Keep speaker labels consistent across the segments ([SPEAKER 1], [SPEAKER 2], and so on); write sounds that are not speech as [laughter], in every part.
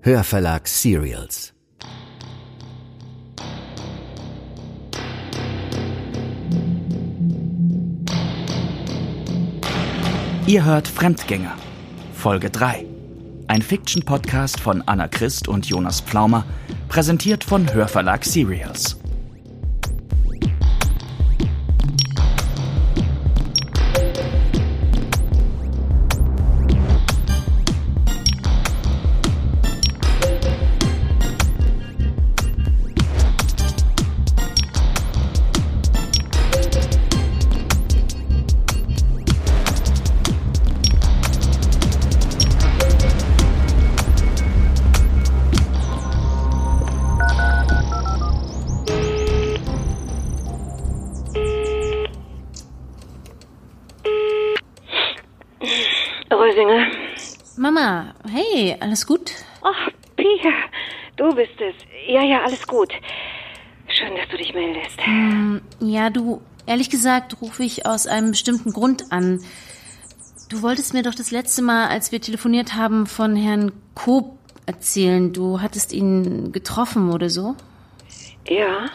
[SPEAKER 1] Hörverlag Serials.
[SPEAKER 2] Ihr hört Fremdgänger, Folge 3. Ein Fiction-Podcast von Anna Christ und Jonas Pflaumer, präsentiert von Hörverlag Serials.
[SPEAKER 3] Rösinger.
[SPEAKER 4] Mama, hey, alles gut?
[SPEAKER 3] Ach, Pia, du bist es. Ja, ja, alles gut. Schön, dass du dich meldest.
[SPEAKER 4] Ja, du, ehrlich gesagt rufe ich aus einem bestimmten Grund an. Du wolltest mir doch das letzte Mal, als wir telefoniert haben, von Herrn Koop erzählen. Du hattest ihn getroffen oder so.
[SPEAKER 3] Ja,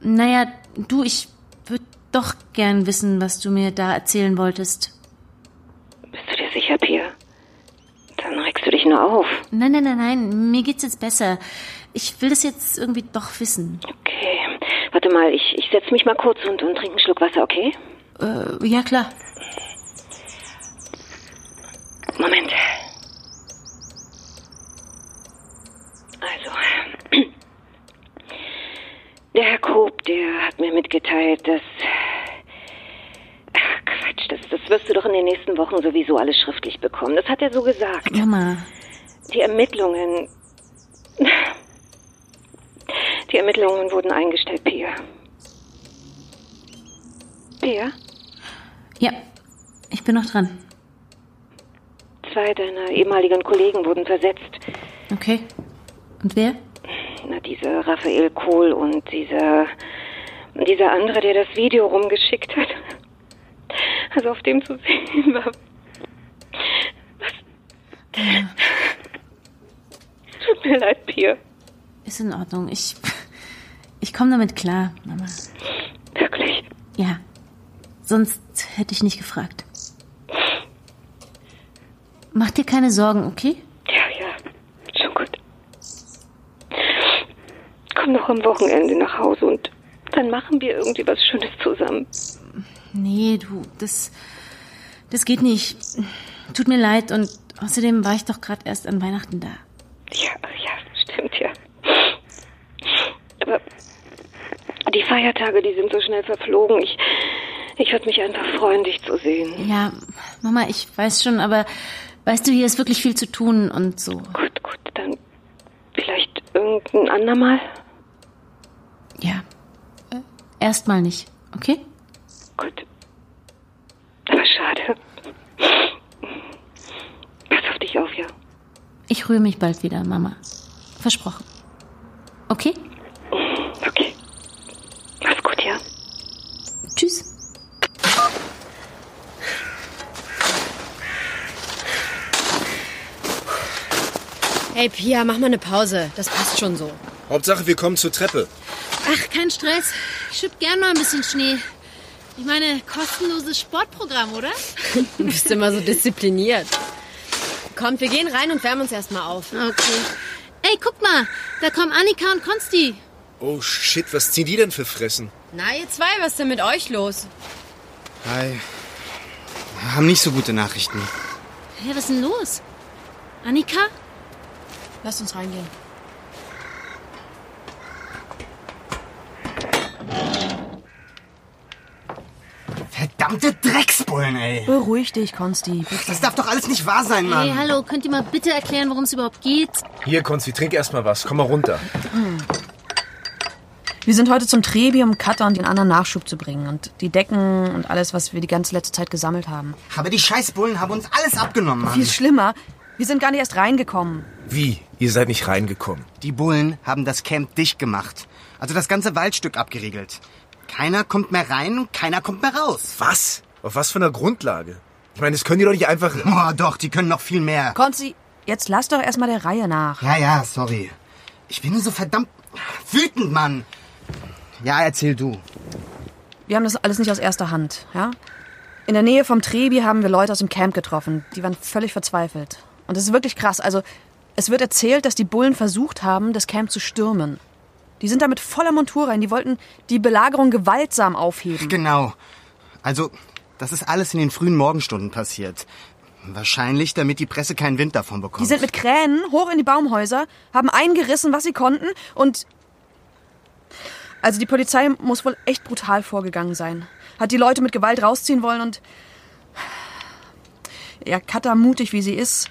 [SPEAKER 4] Naja, du, ich würde doch gern wissen, was du mir da erzählen wolltest.
[SPEAKER 3] bist du dir sicher, Pia? Dann regst du dich nur auf.
[SPEAKER 4] Nein, nein, nein, nein, mir geht's jetzt besser. Ich will das jetzt irgendwie doch wissen.
[SPEAKER 3] Okay, warte mal, ich, ich setze mich mal kurz und, und trinke einen Schluck Wasser, okay?
[SPEAKER 4] Äh, ja, klar.
[SPEAKER 3] Moment. Also, [clears throat] der Herr Koop, der hat mir mitgeteilt, dass... Ach, Quatsch, das, das wirst du doch in den nächsten Wochen sowieso alles schriftlich bekommen. Das hat er so gesagt.
[SPEAKER 4] Mama,
[SPEAKER 3] Die Ermittlungen. Die Ermittlungen wurden eingestellt, Pia. Pia,
[SPEAKER 4] ja, ich bin noch dran.
[SPEAKER 3] zwei deiner ehemaligen Kollegen wurden versetzt.
[SPEAKER 4] Okay. Und wer?
[SPEAKER 3] Na, dieser ne? Raphael Kohl und dieser. dieser andere, der das Video rumgeschickt hat. [laughs] Also auf dem zu sehen war. Was? Tut mir leid, Pia.
[SPEAKER 4] Ist in Ordnung. Ich, ich komme damit klar, Mama.
[SPEAKER 3] Wirklich.
[SPEAKER 4] Ja. Sonst hätte ich nicht gefragt. Mach dir keine Sorgen, okay?
[SPEAKER 3] Ja, ja, schon gut. Komm noch am Wochenende nach Hause und dann machen wir irgendwie was Schönes zusammen.
[SPEAKER 4] Nee, du, das, das geht nicht. Tut mir leid und außerdem war ich doch gerade erst an Weihnachten da.
[SPEAKER 3] Ja, ja, stimmt ja. Aber die Feiertage, die sind so schnell verflogen. Ich, ich würde mich einfach freuen, dich zu sehen.
[SPEAKER 4] Ja, Mama, ich weiß schon, aber weißt du, hier ist wirklich viel zu tun und so.
[SPEAKER 3] Gut, gut, dann vielleicht irgendein andermal.
[SPEAKER 4] Ja. Äh, Erstmal nicht, okay?
[SPEAKER 3] Gut. Aber schade. Pass auf dich auf, ja.
[SPEAKER 4] Ich rühre mich bald wieder, Mama. Versprochen. Okay?
[SPEAKER 3] Okay. Mach's gut, ja.
[SPEAKER 4] Tschüss.
[SPEAKER 5] Hey Pia, mach mal eine Pause. Das passt schon so.
[SPEAKER 6] Hauptsache, wir kommen zur Treppe.
[SPEAKER 4] Ach, kein Stress. Ich schütt gern mal ein bisschen Schnee. Ich meine, kostenloses Sportprogramm, oder?
[SPEAKER 5] Du bist immer so diszipliniert. Kommt, wir gehen rein und wärmen uns erstmal auf.
[SPEAKER 4] Okay. Ey, guck mal, da kommen Annika und Konsti.
[SPEAKER 6] Oh shit, was ziehen die denn für Fressen?
[SPEAKER 5] Na, ihr zwei, was ist denn mit euch los?
[SPEAKER 7] Hi. Haben nicht so gute Nachrichten.
[SPEAKER 4] Hä, was ist denn los? Annika?
[SPEAKER 5] Lasst uns reingehen.
[SPEAKER 7] Verdammte Drecksbullen, ey.
[SPEAKER 8] Beruhig dich, Konsti.
[SPEAKER 7] Das darf doch alles nicht wahr sein,
[SPEAKER 4] Hey,
[SPEAKER 7] Mann.
[SPEAKER 4] hallo, könnt ihr mal bitte erklären, worum es überhaupt geht?
[SPEAKER 6] Hier, Konzi, trink erstmal was. Komm mal runter.
[SPEAKER 8] Wir sind heute zum Trebi, um Cutter und den anderen Nachschub zu bringen. Und die Decken und alles, was wir die ganze letzte Zeit gesammelt haben.
[SPEAKER 7] Aber die Scheißbullen haben uns alles abgenommen,
[SPEAKER 8] Viel
[SPEAKER 7] Mann.
[SPEAKER 8] schlimmer, wir sind gar nicht erst reingekommen.
[SPEAKER 6] Wie? Ihr seid nicht reingekommen.
[SPEAKER 7] Die Bullen haben das Camp dicht gemacht. Also das ganze Waldstück abgeriegelt. Keiner kommt mehr rein und keiner kommt mehr raus.
[SPEAKER 6] Was? Auf was für einer Grundlage? Ich meine, das können die doch nicht einfach...
[SPEAKER 7] Oh, doch, die können noch viel mehr.
[SPEAKER 8] Konsti, Jetzt lass doch erstmal der Reihe nach.
[SPEAKER 7] Ja, ja, sorry. Ich bin nur so verdammt wütend, Mann. Ja, erzähl du.
[SPEAKER 8] Wir haben das alles nicht aus erster Hand, ja? In der Nähe vom Trebi haben wir Leute aus dem Camp getroffen. Die waren völlig verzweifelt. Und es ist wirklich krass. Also, es wird erzählt, dass die Bullen versucht haben, das Camp zu stürmen. Die sind da mit voller Montur rein. Die wollten die Belagerung gewaltsam aufheben.
[SPEAKER 7] Genau. Also, das ist alles in den frühen Morgenstunden passiert. Wahrscheinlich, damit die Presse keinen Wind davon
[SPEAKER 8] Die
[SPEAKER 7] bekommt.
[SPEAKER 8] sind mit Kränen hoch in die Baumhäuser, haben eingerissen, was sie konnten und... Also die Polizei muss wohl echt brutal vorgegangen sein. Hat die Leute mit Gewalt rausziehen wollen und... Ja, Katha, mutig wie sie ist,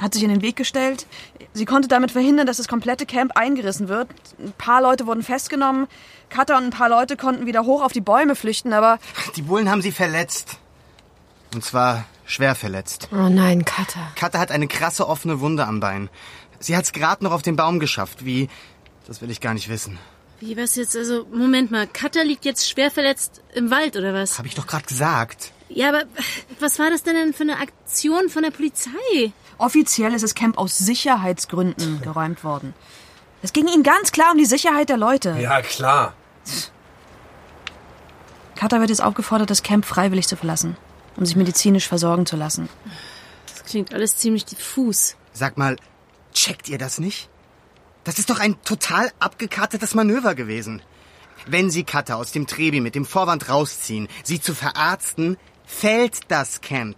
[SPEAKER 8] hat sich in den Weg gestellt. Sie konnte damit verhindern, dass das komplette Camp eingerissen wird. Ein paar Leute wurden festgenommen. Katha und ein paar Leute konnten wieder hoch auf die Bäume flüchten, aber...
[SPEAKER 7] die Bullen haben sie verletzt. Und zwar schwer verletzt.
[SPEAKER 5] Oh nein, Katha.
[SPEAKER 7] Katte hat eine krasse offene Wunde am Bein. Sie hat's gerade noch auf den Baum geschafft. Wie? Das will ich gar nicht wissen.
[SPEAKER 4] Wie was jetzt? Also, Moment mal, Katha liegt jetzt schwer verletzt im Wald, oder was?
[SPEAKER 7] Hab ich doch gerade gesagt.
[SPEAKER 4] Ja, aber was war das denn, denn für eine Aktion von der Polizei?
[SPEAKER 8] Offiziell ist das Camp aus Sicherheitsgründen geräumt worden. Es ging ihnen ganz klar um die Sicherheit der Leute.
[SPEAKER 6] Ja, klar.
[SPEAKER 8] Kata wird jetzt aufgefordert, das Camp freiwillig zu verlassen, um sich medizinisch versorgen zu lassen.
[SPEAKER 4] Das klingt alles ziemlich diffus.
[SPEAKER 7] Sag mal, checkt ihr das nicht? Das ist doch ein total abgekartetes Manöver gewesen. Wenn sie Katte aus dem Trebi mit dem Vorwand rausziehen, sie zu verarzten, fällt das Camp.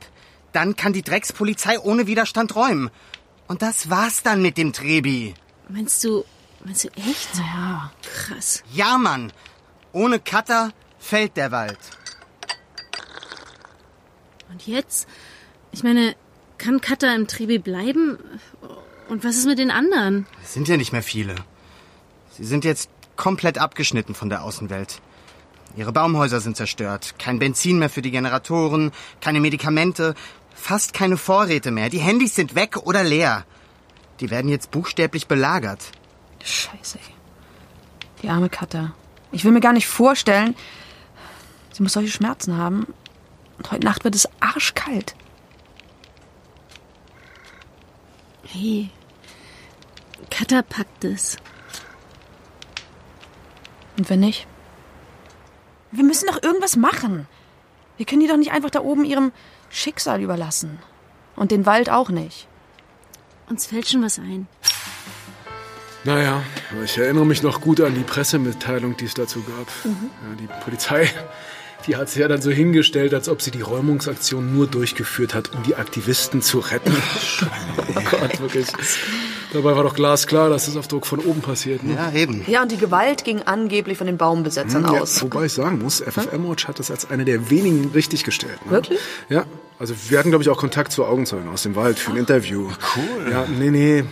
[SPEAKER 7] Dann kann die Dreckspolizei ohne Widerstand räumen. Und das war's dann mit dem Trebi.
[SPEAKER 4] Meinst du, meinst du echt?
[SPEAKER 8] Ja.
[SPEAKER 4] Krass.
[SPEAKER 7] Ja, Mann. Ohne Katter fällt der Wald.
[SPEAKER 4] Und jetzt? Ich meine, kann Katha im Trebi bleiben? Und was ist mit den anderen?
[SPEAKER 7] Es sind ja nicht mehr viele. Sie sind jetzt komplett abgeschnitten von der Außenwelt. Ihre Baumhäuser sind zerstört, kein Benzin mehr für die Generatoren, keine Medikamente, fast keine Vorräte mehr. Die Handys sind weg oder leer. Die werden jetzt buchstäblich belagert.
[SPEAKER 8] Scheiße, ey. Die arme Kata. Ich will mir gar nicht vorstellen, sie muss solche Schmerzen haben. Und heute Nacht wird es arschkalt.
[SPEAKER 4] Hey, Katha packt es.
[SPEAKER 8] Und wenn nicht? Wir müssen doch irgendwas machen. Wir können die doch nicht einfach da oben ihrem Schicksal überlassen. Und den Wald auch nicht.
[SPEAKER 4] Uns fällt schon was ein.
[SPEAKER 9] Naja, ich erinnere mich noch gut an die Pressemitteilung, die es dazu gab. Ja, die Polizei, die hat es ja dann so hingestellt, als ob sie die Räumungsaktion nur durchgeführt hat, um die Aktivisten zu retten. oh Gott, wirklich. Dabei war doch glasklar, dass es auf Druck von oben passiert. Ne?
[SPEAKER 7] Ja, eben.
[SPEAKER 8] Ja, und die Gewalt ging angeblich von den Baumbesetzern
[SPEAKER 9] Hm, Ja,
[SPEAKER 8] aus.
[SPEAKER 9] wobei ich sagen muss, FFM-Watch hat das als eine der wenigen richtig gestellt. Ne? Wirklich? Ja. Also wir hatten, glaube ich, auch Kontakt zu Augenzeugen aus dem Wald für ein Interview. Cool. Ja, nee, nee.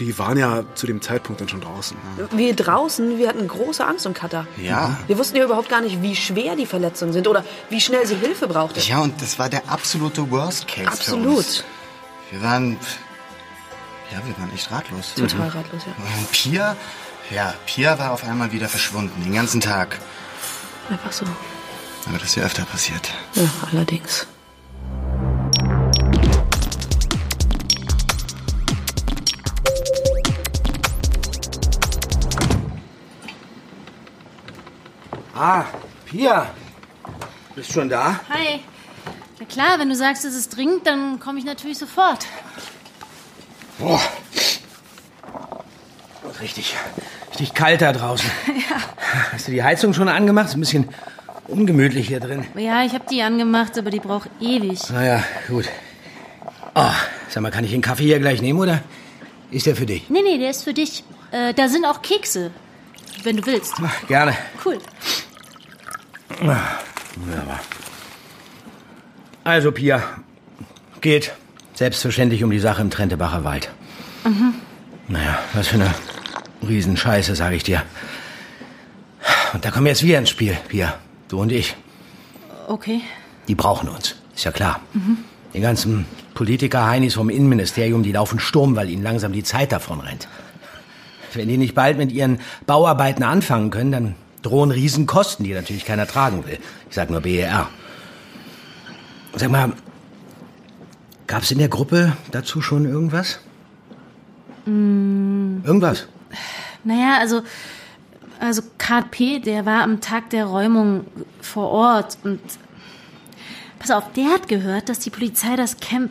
[SPEAKER 9] Die waren ja zu dem Zeitpunkt dann schon draußen.
[SPEAKER 8] Wir draußen, wir hatten große Angst um Katha.
[SPEAKER 7] Ja.
[SPEAKER 8] Wir wussten ja überhaupt gar nicht, wie schwer die Verletzungen sind oder wie schnell sie Hilfe brauchte.
[SPEAKER 7] Ja, und das war der absolute Worst Case. Für uns.
[SPEAKER 8] Absolut.
[SPEAKER 7] Wir waren. Ja, wir waren echt ratlos.
[SPEAKER 8] Total ratlos, ja.
[SPEAKER 7] Und Pia? Ja, Pia war auf einmal wieder verschwunden, den ganzen Tag.
[SPEAKER 8] Einfach so.
[SPEAKER 7] Aber das ist ja öfter passiert.
[SPEAKER 8] Ja, allerdings.
[SPEAKER 6] Ah, Pia. Bist schon da?
[SPEAKER 4] Hi. Na klar, wenn du sagst, es ist dringend, dann komme ich natürlich sofort.
[SPEAKER 6] Boah. Richtig. Richtig kalt da draußen. Ja. Hast du die Heizung schon angemacht? Ist ein bisschen ungemütlich hier drin.
[SPEAKER 4] Ja, ich habe die angemacht, aber die braucht ewig.
[SPEAKER 6] Naja, gut. Oh, sag mal, kann ich den Kaffee hier gleich nehmen, oder? Ist der für dich?
[SPEAKER 4] Nee, nee, der ist für dich. Äh, da sind auch Kekse, wenn du willst.
[SPEAKER 6] Ach, gerne.
[SPEAKER 4] Cool.
[SPEAKER 6] Wunderbar. Also, Pia, geht selbstverständlich um die Sache im Trentebacher Wald. Mhm. Naja, was für eine Riesenscheiße, sag ich dir. Und da kommen jetzt wir ins Spiel, Pia. Du und ich.
[SPEAKER 4] Okay.
[SPEAKER 6] Die brauchen uns, ist ja klar. Die ganzen Politiker-Heinis vom Innenministerium, die laufen Sturm, weil ihnen langsam die Zeit davon rennt. Wenn die nicht bald mit ihren Bauarbeiten anfangen können, dann drohen Riesenkosten, die natürlich keiner E tragen will. Ich sag nur BER. Sag mal, Gab es in der Gruppe dazu schon irgendwas? Irgendwas?
[SPEAKER 4] Naja, also, also KP, der war am Tag der Räumung vor Ort und pass auf, der hat gehört, dass die Polizei das Camp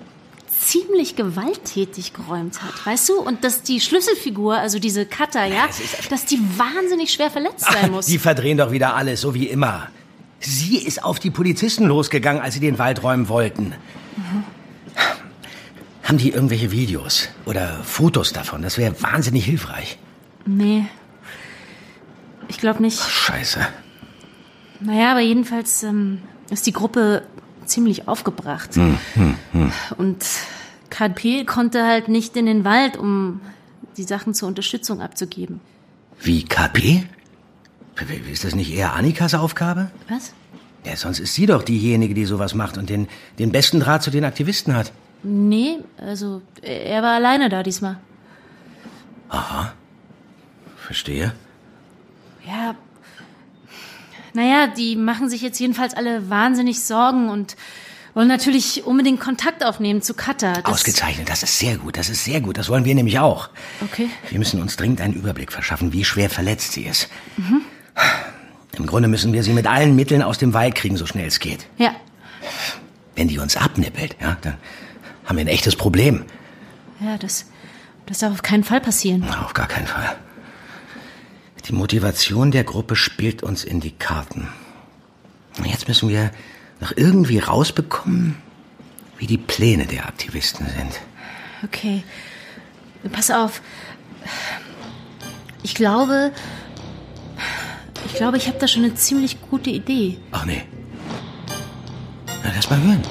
[SPEAKER 4] ziemlich gewalttätig geräumt hat, weißt du? Und dass die Schlüsselfigur, also diese Cutter, ja, dass die wahnsinnig schwer verletzt sein
[SPEAKER 6] [laughs]
[SPEAKER 4] muss.
[SPEAKER 6] Die verdrehen doch wieder alles, so wie immer. Sie ist auf die Polizisten losgegangen, als sie den Wald räumen wollten. Haben die irgendwelche Videos oder Fotos davon? Das wäre wahnsinnig hilfreich.
[SPEAKER 4] Nee. Ich glaube nicht.
[SPEAKER 6] Scheiße.
[SPEAKER 4] Naja, aber jedenfalls ähm, ist die Gruppe ziemlich aufgebracht. Und KP konnte halt nicht in den Wald, um die Sachen zur Unterstützung abzugeben.
[SPEAKER 6] Wie KP? Ist das nicht eher Annikas Aufgabe?
[SPEAKER 4] Was?
[SPEAKER 6] Ja, sonst ist sie doch diejenige, die sowas macht und den, den besten Draht zu den Aktivisten hat.
[SPEAKER 4] Nee, also er er war alleine da diesmal.
[SPEAKER 6] Verstehe.
[SPEAKER 4] Ja. Naja, die machen sich jetzt jedenfalls alle wahnsinnig Sorgen und wollen natürlich unbedingt Kontakt aufnehmen zu Kata. Das-
[SPEAKER 6] Ausgezeichnet, das ist sehr gut, das ist sehr gut. Das wollen wir nämlich auch.
[SPEAKER 4] Okay.
[SPEAKER 6] Wir müssen uns dringend einen Überblick verschaffen, wie schwer verletzt sie ist. Mhm. Im Grunde müssen wir sie mit allen Mitteln aus dem Wald kriegen, so schnell es geht.
[SPEAKER 4] Ja.
[SPEAKER 6] Wenn die uns abnippelt, ja, dann haben wir ein echtes Problem.
[SPEAKER 4] Ja, das, das darf auf keinen Fall passieren.
[SPEAKER 6] Na, Auf gar keinen Fall. Die Motivation der Gruppe spielt uns in die Karten. Und Jetzt müssen wir noch irgendwie rausbekommen, wie die Pläne der Aktivisten sind.
[SPEAKER 4] Okay. Pass auf. Ich glaube, ich glaube, ich habe da schon eine ziemlich gute Idee.
[SPEAKER 6] Ach nee. Na, lass mal hören.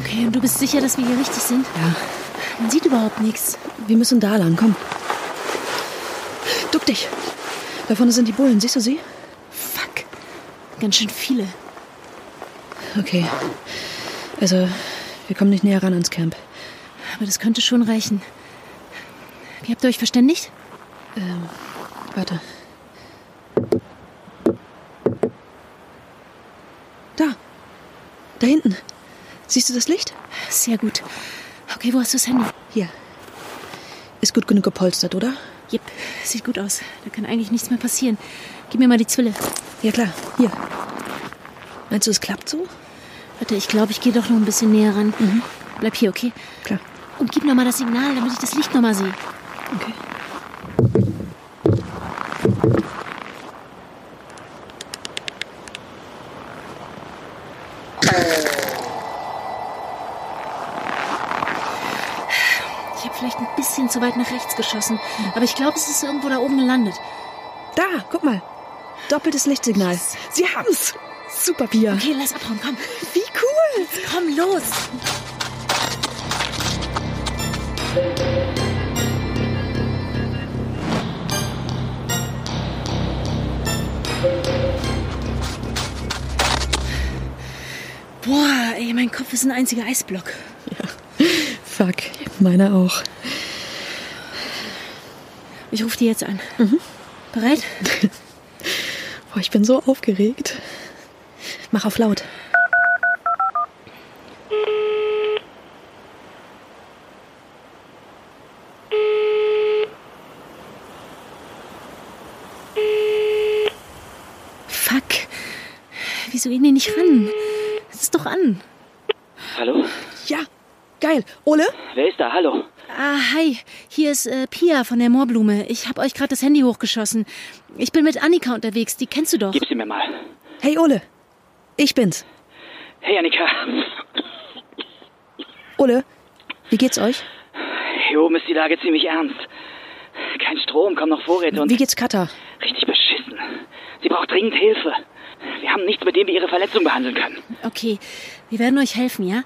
[SPEAKER 4] Okay, und du bist sicher, dass wir hier richtig sind? Ja. Man sieht überhaupt nichts.
[SPEAKER 8] Wir müssen da lang, komm. Duck dich. Da vorne sind die Bullen, siehst du sie?
[SPEAKER 4] Fuck. Ganz schön viele.
[SPEAKER 8] Okay. Also, wir kommen nicht näher ran ans Camp.
[SPEAKER 4] Aber das könnte schon reichen. Wie habt ihr euch verständigt?
[SPEAKER 8] Warte. Da. Da hinten. Siehst du das Licht?
[SPEAKER 4] Sehr gut. Okay, wo hast du das Handy?
[SPEAKER 8] Hier. Ist gut genug gepolstert, oder?
[SPEAKER 4] Jep, sieht gut aus. Da kann eigentlich nichts mehr passieren. Gib mir mal die Zwille.
[SPEAKER 8] Ja, klar. Hier. Meinst du, es klappt so?
[SPEAKER 4] Warte, ich glaube, ich gehe doch noch ein bisschen näher ran. Bleib hier, okay?
[SPEAKER 8] Klar.
[SPEAKER 4] Und gib nochmal das Signal, damit ich das Licht nochmal sehe.
[SPEAKER 8] Okay.
[SPEAKER 4] Ich habe vielleicht ein bisschen zu weit nach rechts geschossen, aber ich glaube, es ist irgendwo da oben gelandet.
[SPEAKER 8] Da, guck mal. Doppeltes Lichtsignal. Sie haben's. Super, Pia.
[SPEAKER 4] Okay, lass abhauen, komm.
[SPEAKER 8] Wie cool.
[SPEAKER 4] Komm, los. Boah, ey, mein Kopf ist ein einziger Eisblock.
[SPEAKER 8] [laughs] Fuck, meiner auch.
[SPEAKER 4] Ich rufe die jetzt an. Bereit?
[SPEAKER 8] Boah, ich bin so aufgeregt. Mach auf laut.
[SPEAKER 4] Fuck. Wieso gehen die nicht ran? Es ist doch an.
[SPEAKER 10] Hallo?
[SPEAKER 8] Ja, geil. Ole?
[SPEAKER 10] Wer ist da? Hallo?
[SPEAKER 4] Ah, hi. Hier ist äh, Pia von der Moorblume. Ich habe euch gerade das Handy hochgeschossen. Ich bin mit Annika unterwegs. Die kennst du doch.
[SPEAKER 10] Gib sie mir mal.
[SPEAKER 8] Hey, Ole. Ich bin's.
[SPEAKER 10] Hey Annika.
[SPEAKER 8] Ole, wie geht's euch?
[SPEAKER 10] Hier oben ist die Lage ziemlich ernst. Kein Strom, kaum noch Vorräte und
[SPEAKER 8] Wie geht's Katha?
[SPEAKER 10] richtig beschissen. Sie braucht dringend Hilfe. Wir haben nichts, mit dem wir ihre Verletzung behandeln können.
[SPEAKER 4] Okay, wir werden euch helfen, ja?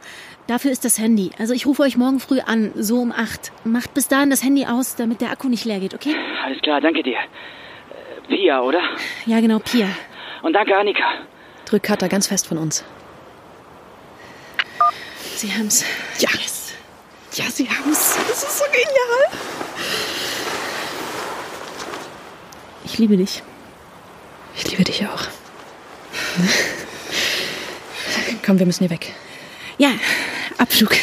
[SPEAKER 4] Dafür ist das Handy. Also ich rufe euch morgen früh an, so um acht. Macht bis dahin das Handy aus, damit der Akku nicht leer geht, okay?
[SPEAKER 10] Alles klar, danke dir. Äh, Pia, oder?
[SPEAKER 4] Ja, genau, Pia.
[SPEAKER 10] Und danke Annika.
[SPEAKER 8] Drück Katha ganz fest von uns.
[SPEAKER 4] Sie haben's.
[SPEAKER 8] Ja. Ja, sie haben's. Das ist so genial.
[SPEAKER 4] Ich liebe dich.
[SPEAKER 8] Ich liebe dich auch. Komm, wir müssen hier weg.
[SPEAKER 11] Ja, Abflug.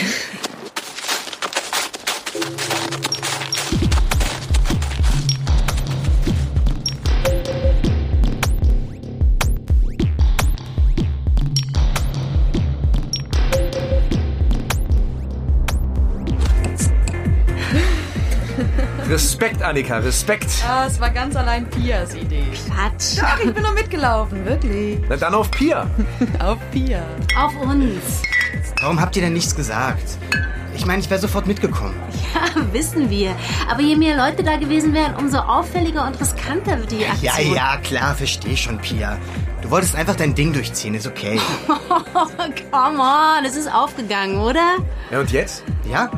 [SPEAKER 12] Respekt, Annika, Respekt.
[SPEAKER 8] Ah, es war ganz allein Pias Idee.
[SPEAKER 11] Quatsch.
[SPEAKER 8] Ach, ich bin nur mitgelaufen, wirklich.
[SPEAKER 12] Na dann auf Pia.
[SPEAKER 8] Auf Pia.
[SPEAKER 4] Auf uns.
[SPEAKER 7] Warum habt ihr denn nichts gesagt? Ich meine, ich wäre sofort mitgekommen.
[SPEAKER 4] Ja, wissen wir. Aber je mehr Leute da gewesen wären, umso auffälliger und riskanter wird die
[SPEAKER 7] Ja,
[SPEAKER 4] Aktion. [laughs]
[SPEAKER 7] ja, klar, verstehe schon, Pia. Du wolltest einfach dein Ding durchziehen, ist [laughs] okay.
[SPEAKER 4] Oh, Come on, es ist aufgegangen, oder?
[SPEAKER 7] Ja, und jetzt? Ja?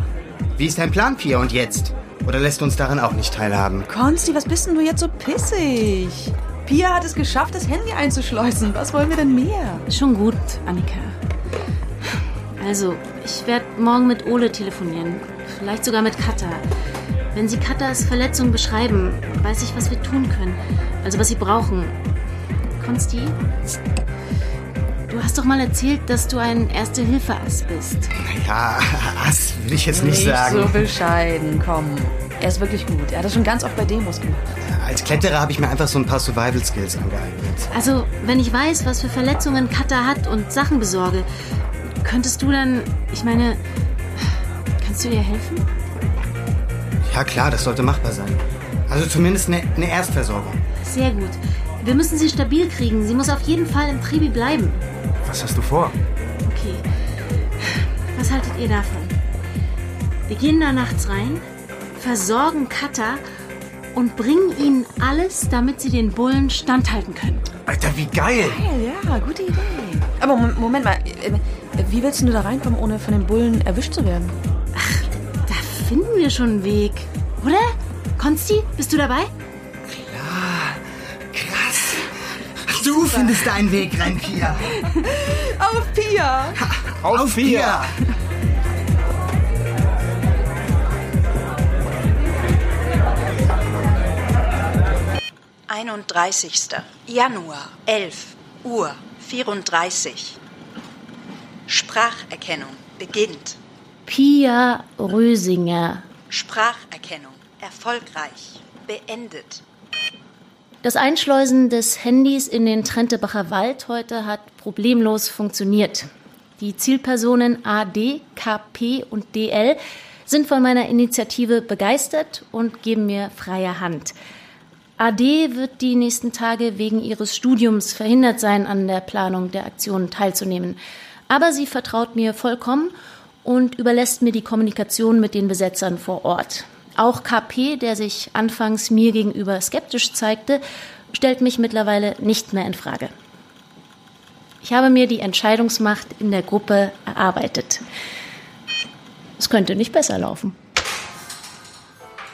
[SPEAKER 7] Wie ist dein Plan, Pia, und jetzt? Oder lässt du uns daran auch nicht teilhaben?
[SPEAKER 8] Konsti, was bist denn du jetzt so pissig? Pia hat es geschafft, das Handy einzuschleusen. Was wollen wir denn mehr?
[SPEAKER 4] Schon gut, Annika. Also, ich werde morgen mit Ole telefonieren. Vielleicht sogar mit Katha. Wenn Sie Katas Verletzung beschreiben, weiß ich, was wir tun können. Also, was Sie brauchen. Konsti, du hast doch mal erzählt, dass du ein Erste-Hilfe-Ass bist.
[SPEAKER 7] Ja, [laughs] Ass will ich jetzt nicht, sagen.
[SPEAKER 8] so bescheiden, komm. Er ist wirklich gut. Er hat das schon ganz oft bei Demos gemacht.
[SPEAKER 7] Als Kletterer habe ich mir einfach so ein paar Survival Skills angeeignet.
[SPEAKER 4] Also, wenn ich weiß, was für Verletzungen Katha hat und Sachen besorge, könntest du dann, ich meine, kannst du ihr helfen?
[SPEAKER 7] Ja klar, das sollte machbar sein. Also zumindest eine, eine Erstversorgung.
[SPEAKER 4] Sehr gut. Wir müssen sie stabil kriegen. Sie muss auf jeden Fall im Trebi bleiben.
[SPEAKER 7] Was hast du vor?
[SPEAKER 4] Okay. Was haltet ihr davon? Wir gehen da nachts rein, versorgen Kata und bringen ihnen alles, damit sie den Bullen standhalten können.
[SPEAKER 7] Alter, wie geil!
[SPEAKER 8] Geil, ja, gute Idee. Aber Mom- Moment mal, äh, wie willst denn du da reinkommen, ohne von den Bullen erwischt zu werden?
[SPEAKER 4] Da finden wir schon einen Weg, oder? Konsti, bist du dabei?
[SPEAKER 7] Krass! Du findest deinen Weg rein, [laughs] Pia!
[SPEAKER 8] Auf Pia!
[SPEAKER 7] Auf, Pia!
[SPEAKER 13] Einunddreißigster Januar, 11 Uhr 34. Spracherkennung beginnt.
[SPEAKER 4] Pia Rösinger.
[SPEAKER 13] Spracherkennung erfolgreich beendet.
[SPEAKER 4] Das Einschleusen des Handys in den Trentebacher Wald heute hat problemlos funktioniert. Die Zielpersonen AD, KP und DL sind von meiner Initiative begeistert und geben mir freie Hand. AD wird die nächsten Tage wegen ihres Studiums verhindert sein, an der Planung der Aktionen teilzunehmen. Aber sie vertraut mir vollkommen und überlässt mir die Kommunikation mit den Besetzern vor Ort. Auch KP, der sich anfangs mir gegenüber skeptisch zeigte, stellt mich mittlerweile nicht mehr in Frage. Ich habe mir die Entscheidungsmacht in der Gruppe erarbeitet. Es könnte nicht besser laufen.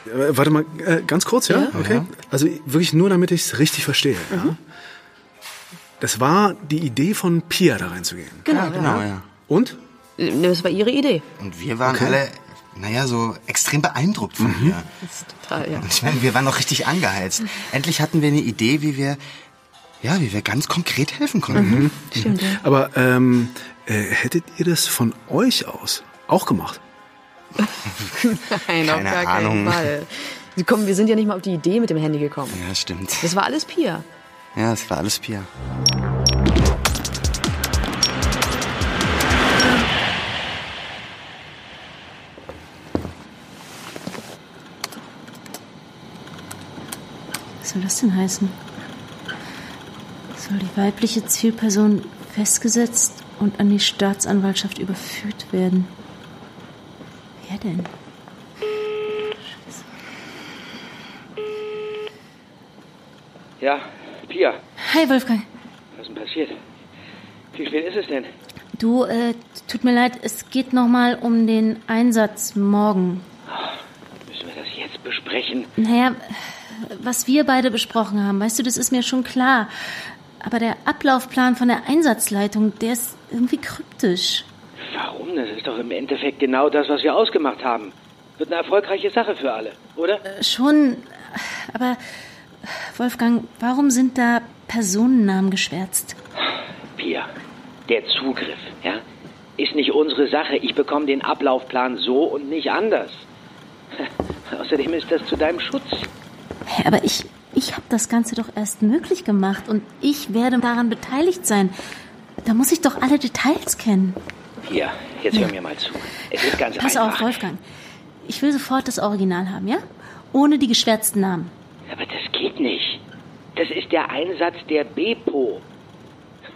[SPEAKER 9] Äh, warte mal, äh, ganz kurz, ja?
[SPEAKER 4] Ja.
[SPEAKER 9] Okay.
[SPEAKER 4] Ja.
[SPEAKER 9] Also wirklich nur, damit ich es richtig verstehe.
[SPEAKER 8] Mhm.
[SPEAKER 9] Ja? Das war die Idee von Pia, da reinzugehen.
[SPEAKER 8] Genau, Ja, genau, ja.
[SPEAKER 9] Und?
[SPEAKER 8] Äh, Das war ihre Idee.
[SPEAKER 7] Und wir waren
[SPEAKER 9] Okay.
[SPEAKER 7] alle, naja, so extrem beeindruckt von ihr.
[SPEAKER 8] Das ist total, ja.
[SPEAKER 7] Und ich meine, wir waren noch richtig angeheizt. Endlich hatten wir eine Idee, wie wir, ja, wie wir ganz konkret helfen konnten.
[SPEAKER 8] [laughs] Stimmt, ja.
[SPEAKER 9] Aber ähm, äh, hättet ihr das von euch aus auch gemacht?
[SPEAKER 8] Nein, auf
[SPEAKER 7] Keine
[SPEAKER 8] gar
[SPEAKER 7] Ahnung.
[SPEAKER 8] keinen Fall. Komm, wir sind ja nicht mal auf die Idee mit dem Handy gekommen.
[SPEAKER 7] Ja, stimmt.
[SPEAKER 8] Das war alles Pia.
[SPEAKER 7] Ja, es war alles Pia.
[SPEAKER 4] Was soll das denn heißen? Soll die weibliche Zielperson festgesetzt und an die Staatsanwaltschaft überführt werden? Wer denn?
[SPEAKER 10] Ja, Pia,
[SPEAKER 4] Hi Wolfgang.
[SPEAKER 10] was ist denn passiert? Wie spät ist es denn?
[SPEAKER 4] Du, äh, tut mir leid, es geht nochmal um den Einsatz morgen.
[SPEAKER 10] Müssen wir das jetzt besprechen?
[SPEAKER 4] Naja, was wir beide besprochen haben, weißt du, das ist mir schon klar. Aber der Ablaufplan von der Einsatzleitung, der ist irgendwie kryptisch.
[SPEAKER 10] Warum? Das ist doch im Endeffekt genau das, was wir ausgemacht haben. Wird eine erfolgreiche Sache für alle, oder?
[SPEAKER 4] Äh, Schon, aber Wolfgang, warum sind da Personennamen geschwärzt?
[SPEAKER 3] Pia. Der Zugriff, ja, ist nicht unsere Sache. Ich bekomme den Ablaufplan so und nicht anders. [laughs] Außerdem ist das zu deinem Schutz.
[SPEAKER 4] Hä, Aber ich, ich habe das Ganze doch erst möglich gemacht und ich werde daran beteiligt sein. Da muss ich doch alle Details kennen.
[SPEAKER 3] Pia, jetzt hör mir mal zu. Es ist ganz
[SPEAKER 4] Pass
[SPEAKER 3] einfach.
[SPEAKER 4] auf, Wolfgang. Ich will sofort das Original haben, ja? Ohne die geschwärzten Namen.
[SPEAKER 3] Aber das geht nicht. Das ist der Einsatz der Bepo.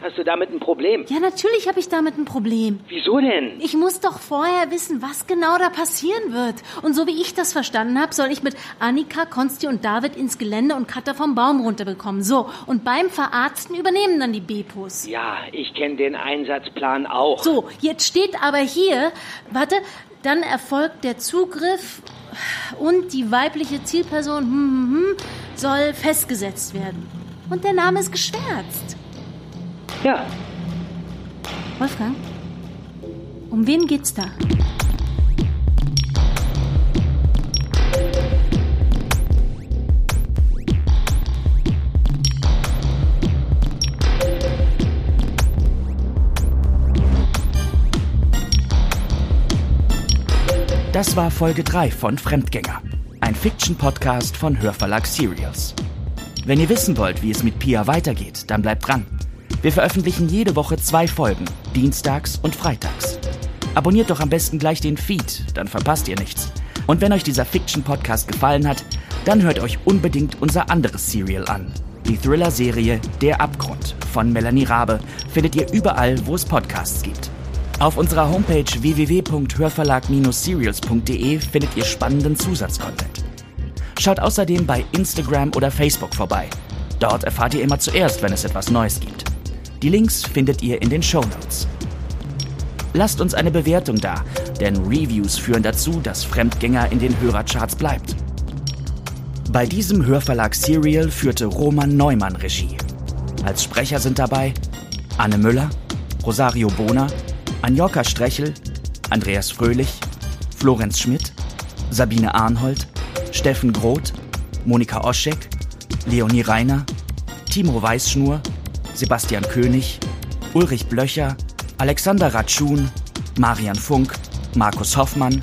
[SPEAKER 3] Hast du damit ein Problem?
[SPEAKER 4] Ja, natürlich habe ich damit ein Problem.
[SPEAKER 3] Wieso denn?
[SPEAKER 4] Ich muss doch vorher wissen, was genau da passieren wird. Und so wie ich das verstanden habe, soll ich mit Annika, Konsti und David ins Gelände und Katha vom Baum runterbekommen. So, und beim Verarzten übernehmen dann die Bepos.
[SPEAKER 3] Ja, ich kenne den Einsatzplan auch.
[SPEAKER 4] So, jetzt steht aber hier, warte, dann erfolgt der Zugriff und die weibliche Zielperson hm, hm, hm, soll festgesetzt werden. Und der Name ist geschwärzt.
[SPEAKER 3] Ja.
[SPEAKER 4] Wolfgang, um wen geht's da?
[SPEAKER 9] Das war Folge 3 von Fremdgänger, ein Fiction-Podcast von Hörverlag Serials. Wenn ihr wissen wollt, wie es mit Pia weitergeht, dann bleibt dran. Wir veröffentlichen jede Woche zwei Folgen, dienstags und freitags. Abonniert doch am besten gleich den Feed, dann verpasst ihr nichts. Und wenn euch dieser Fiction-Podcast gefallen hat, dann hört euch unbedingt unser anderes Serial an. Die Thriller-Serie Der Abgrund von Melanie Rabe findet ihr überall, wo es Podcasts gibt. Auf unserer Homepage www.hörverlag-serials.de findet ihr spannenden Zusatzcontent. Schaut außerdem bei Instagram oder Facebook vorbei. Dort erfahrt ihr immer zuerst, wenn es etwas Neues gibt. Die Links findet ihr in den Shownotes. Lasst uns eine Bewertung da, denn Reviews führen dazu, dass Fremdgänger in den Hörercharts bleibt. Bei diesem Hörverlag Serial führte Roman Neumann Regie. Als Sprecher sind dabei Anne Müller, Rosario Bona, Anjoka Strechel, Andreas Fröhlich, Florenz Schmidt, Sabine Arnhold, Steffen Groth, Monika Oschek, Leonie Reiner, Timo Weißschnur, Sebastian König, Ulrich Blöcher, Alexander Ratschun, Marian Funk, Markus Hoffmann,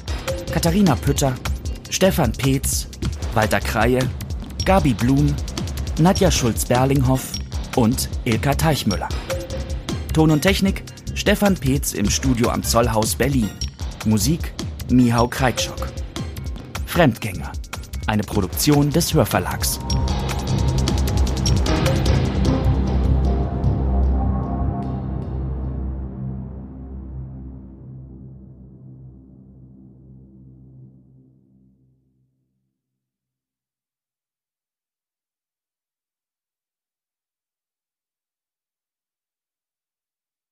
[SPEAKER 9] Katharina Pütter, Stefan Peetz, Walter Kreie, Gabi Blum, Nadja Schulz-Berlinghoff und Ilka Teichmüller. Ton und Technik Stefan Peetz im Studio am Zollhaus Berlin. Musik Mihau Kreitschok. Fremdgänger. Eine Produktion des Hörverlags.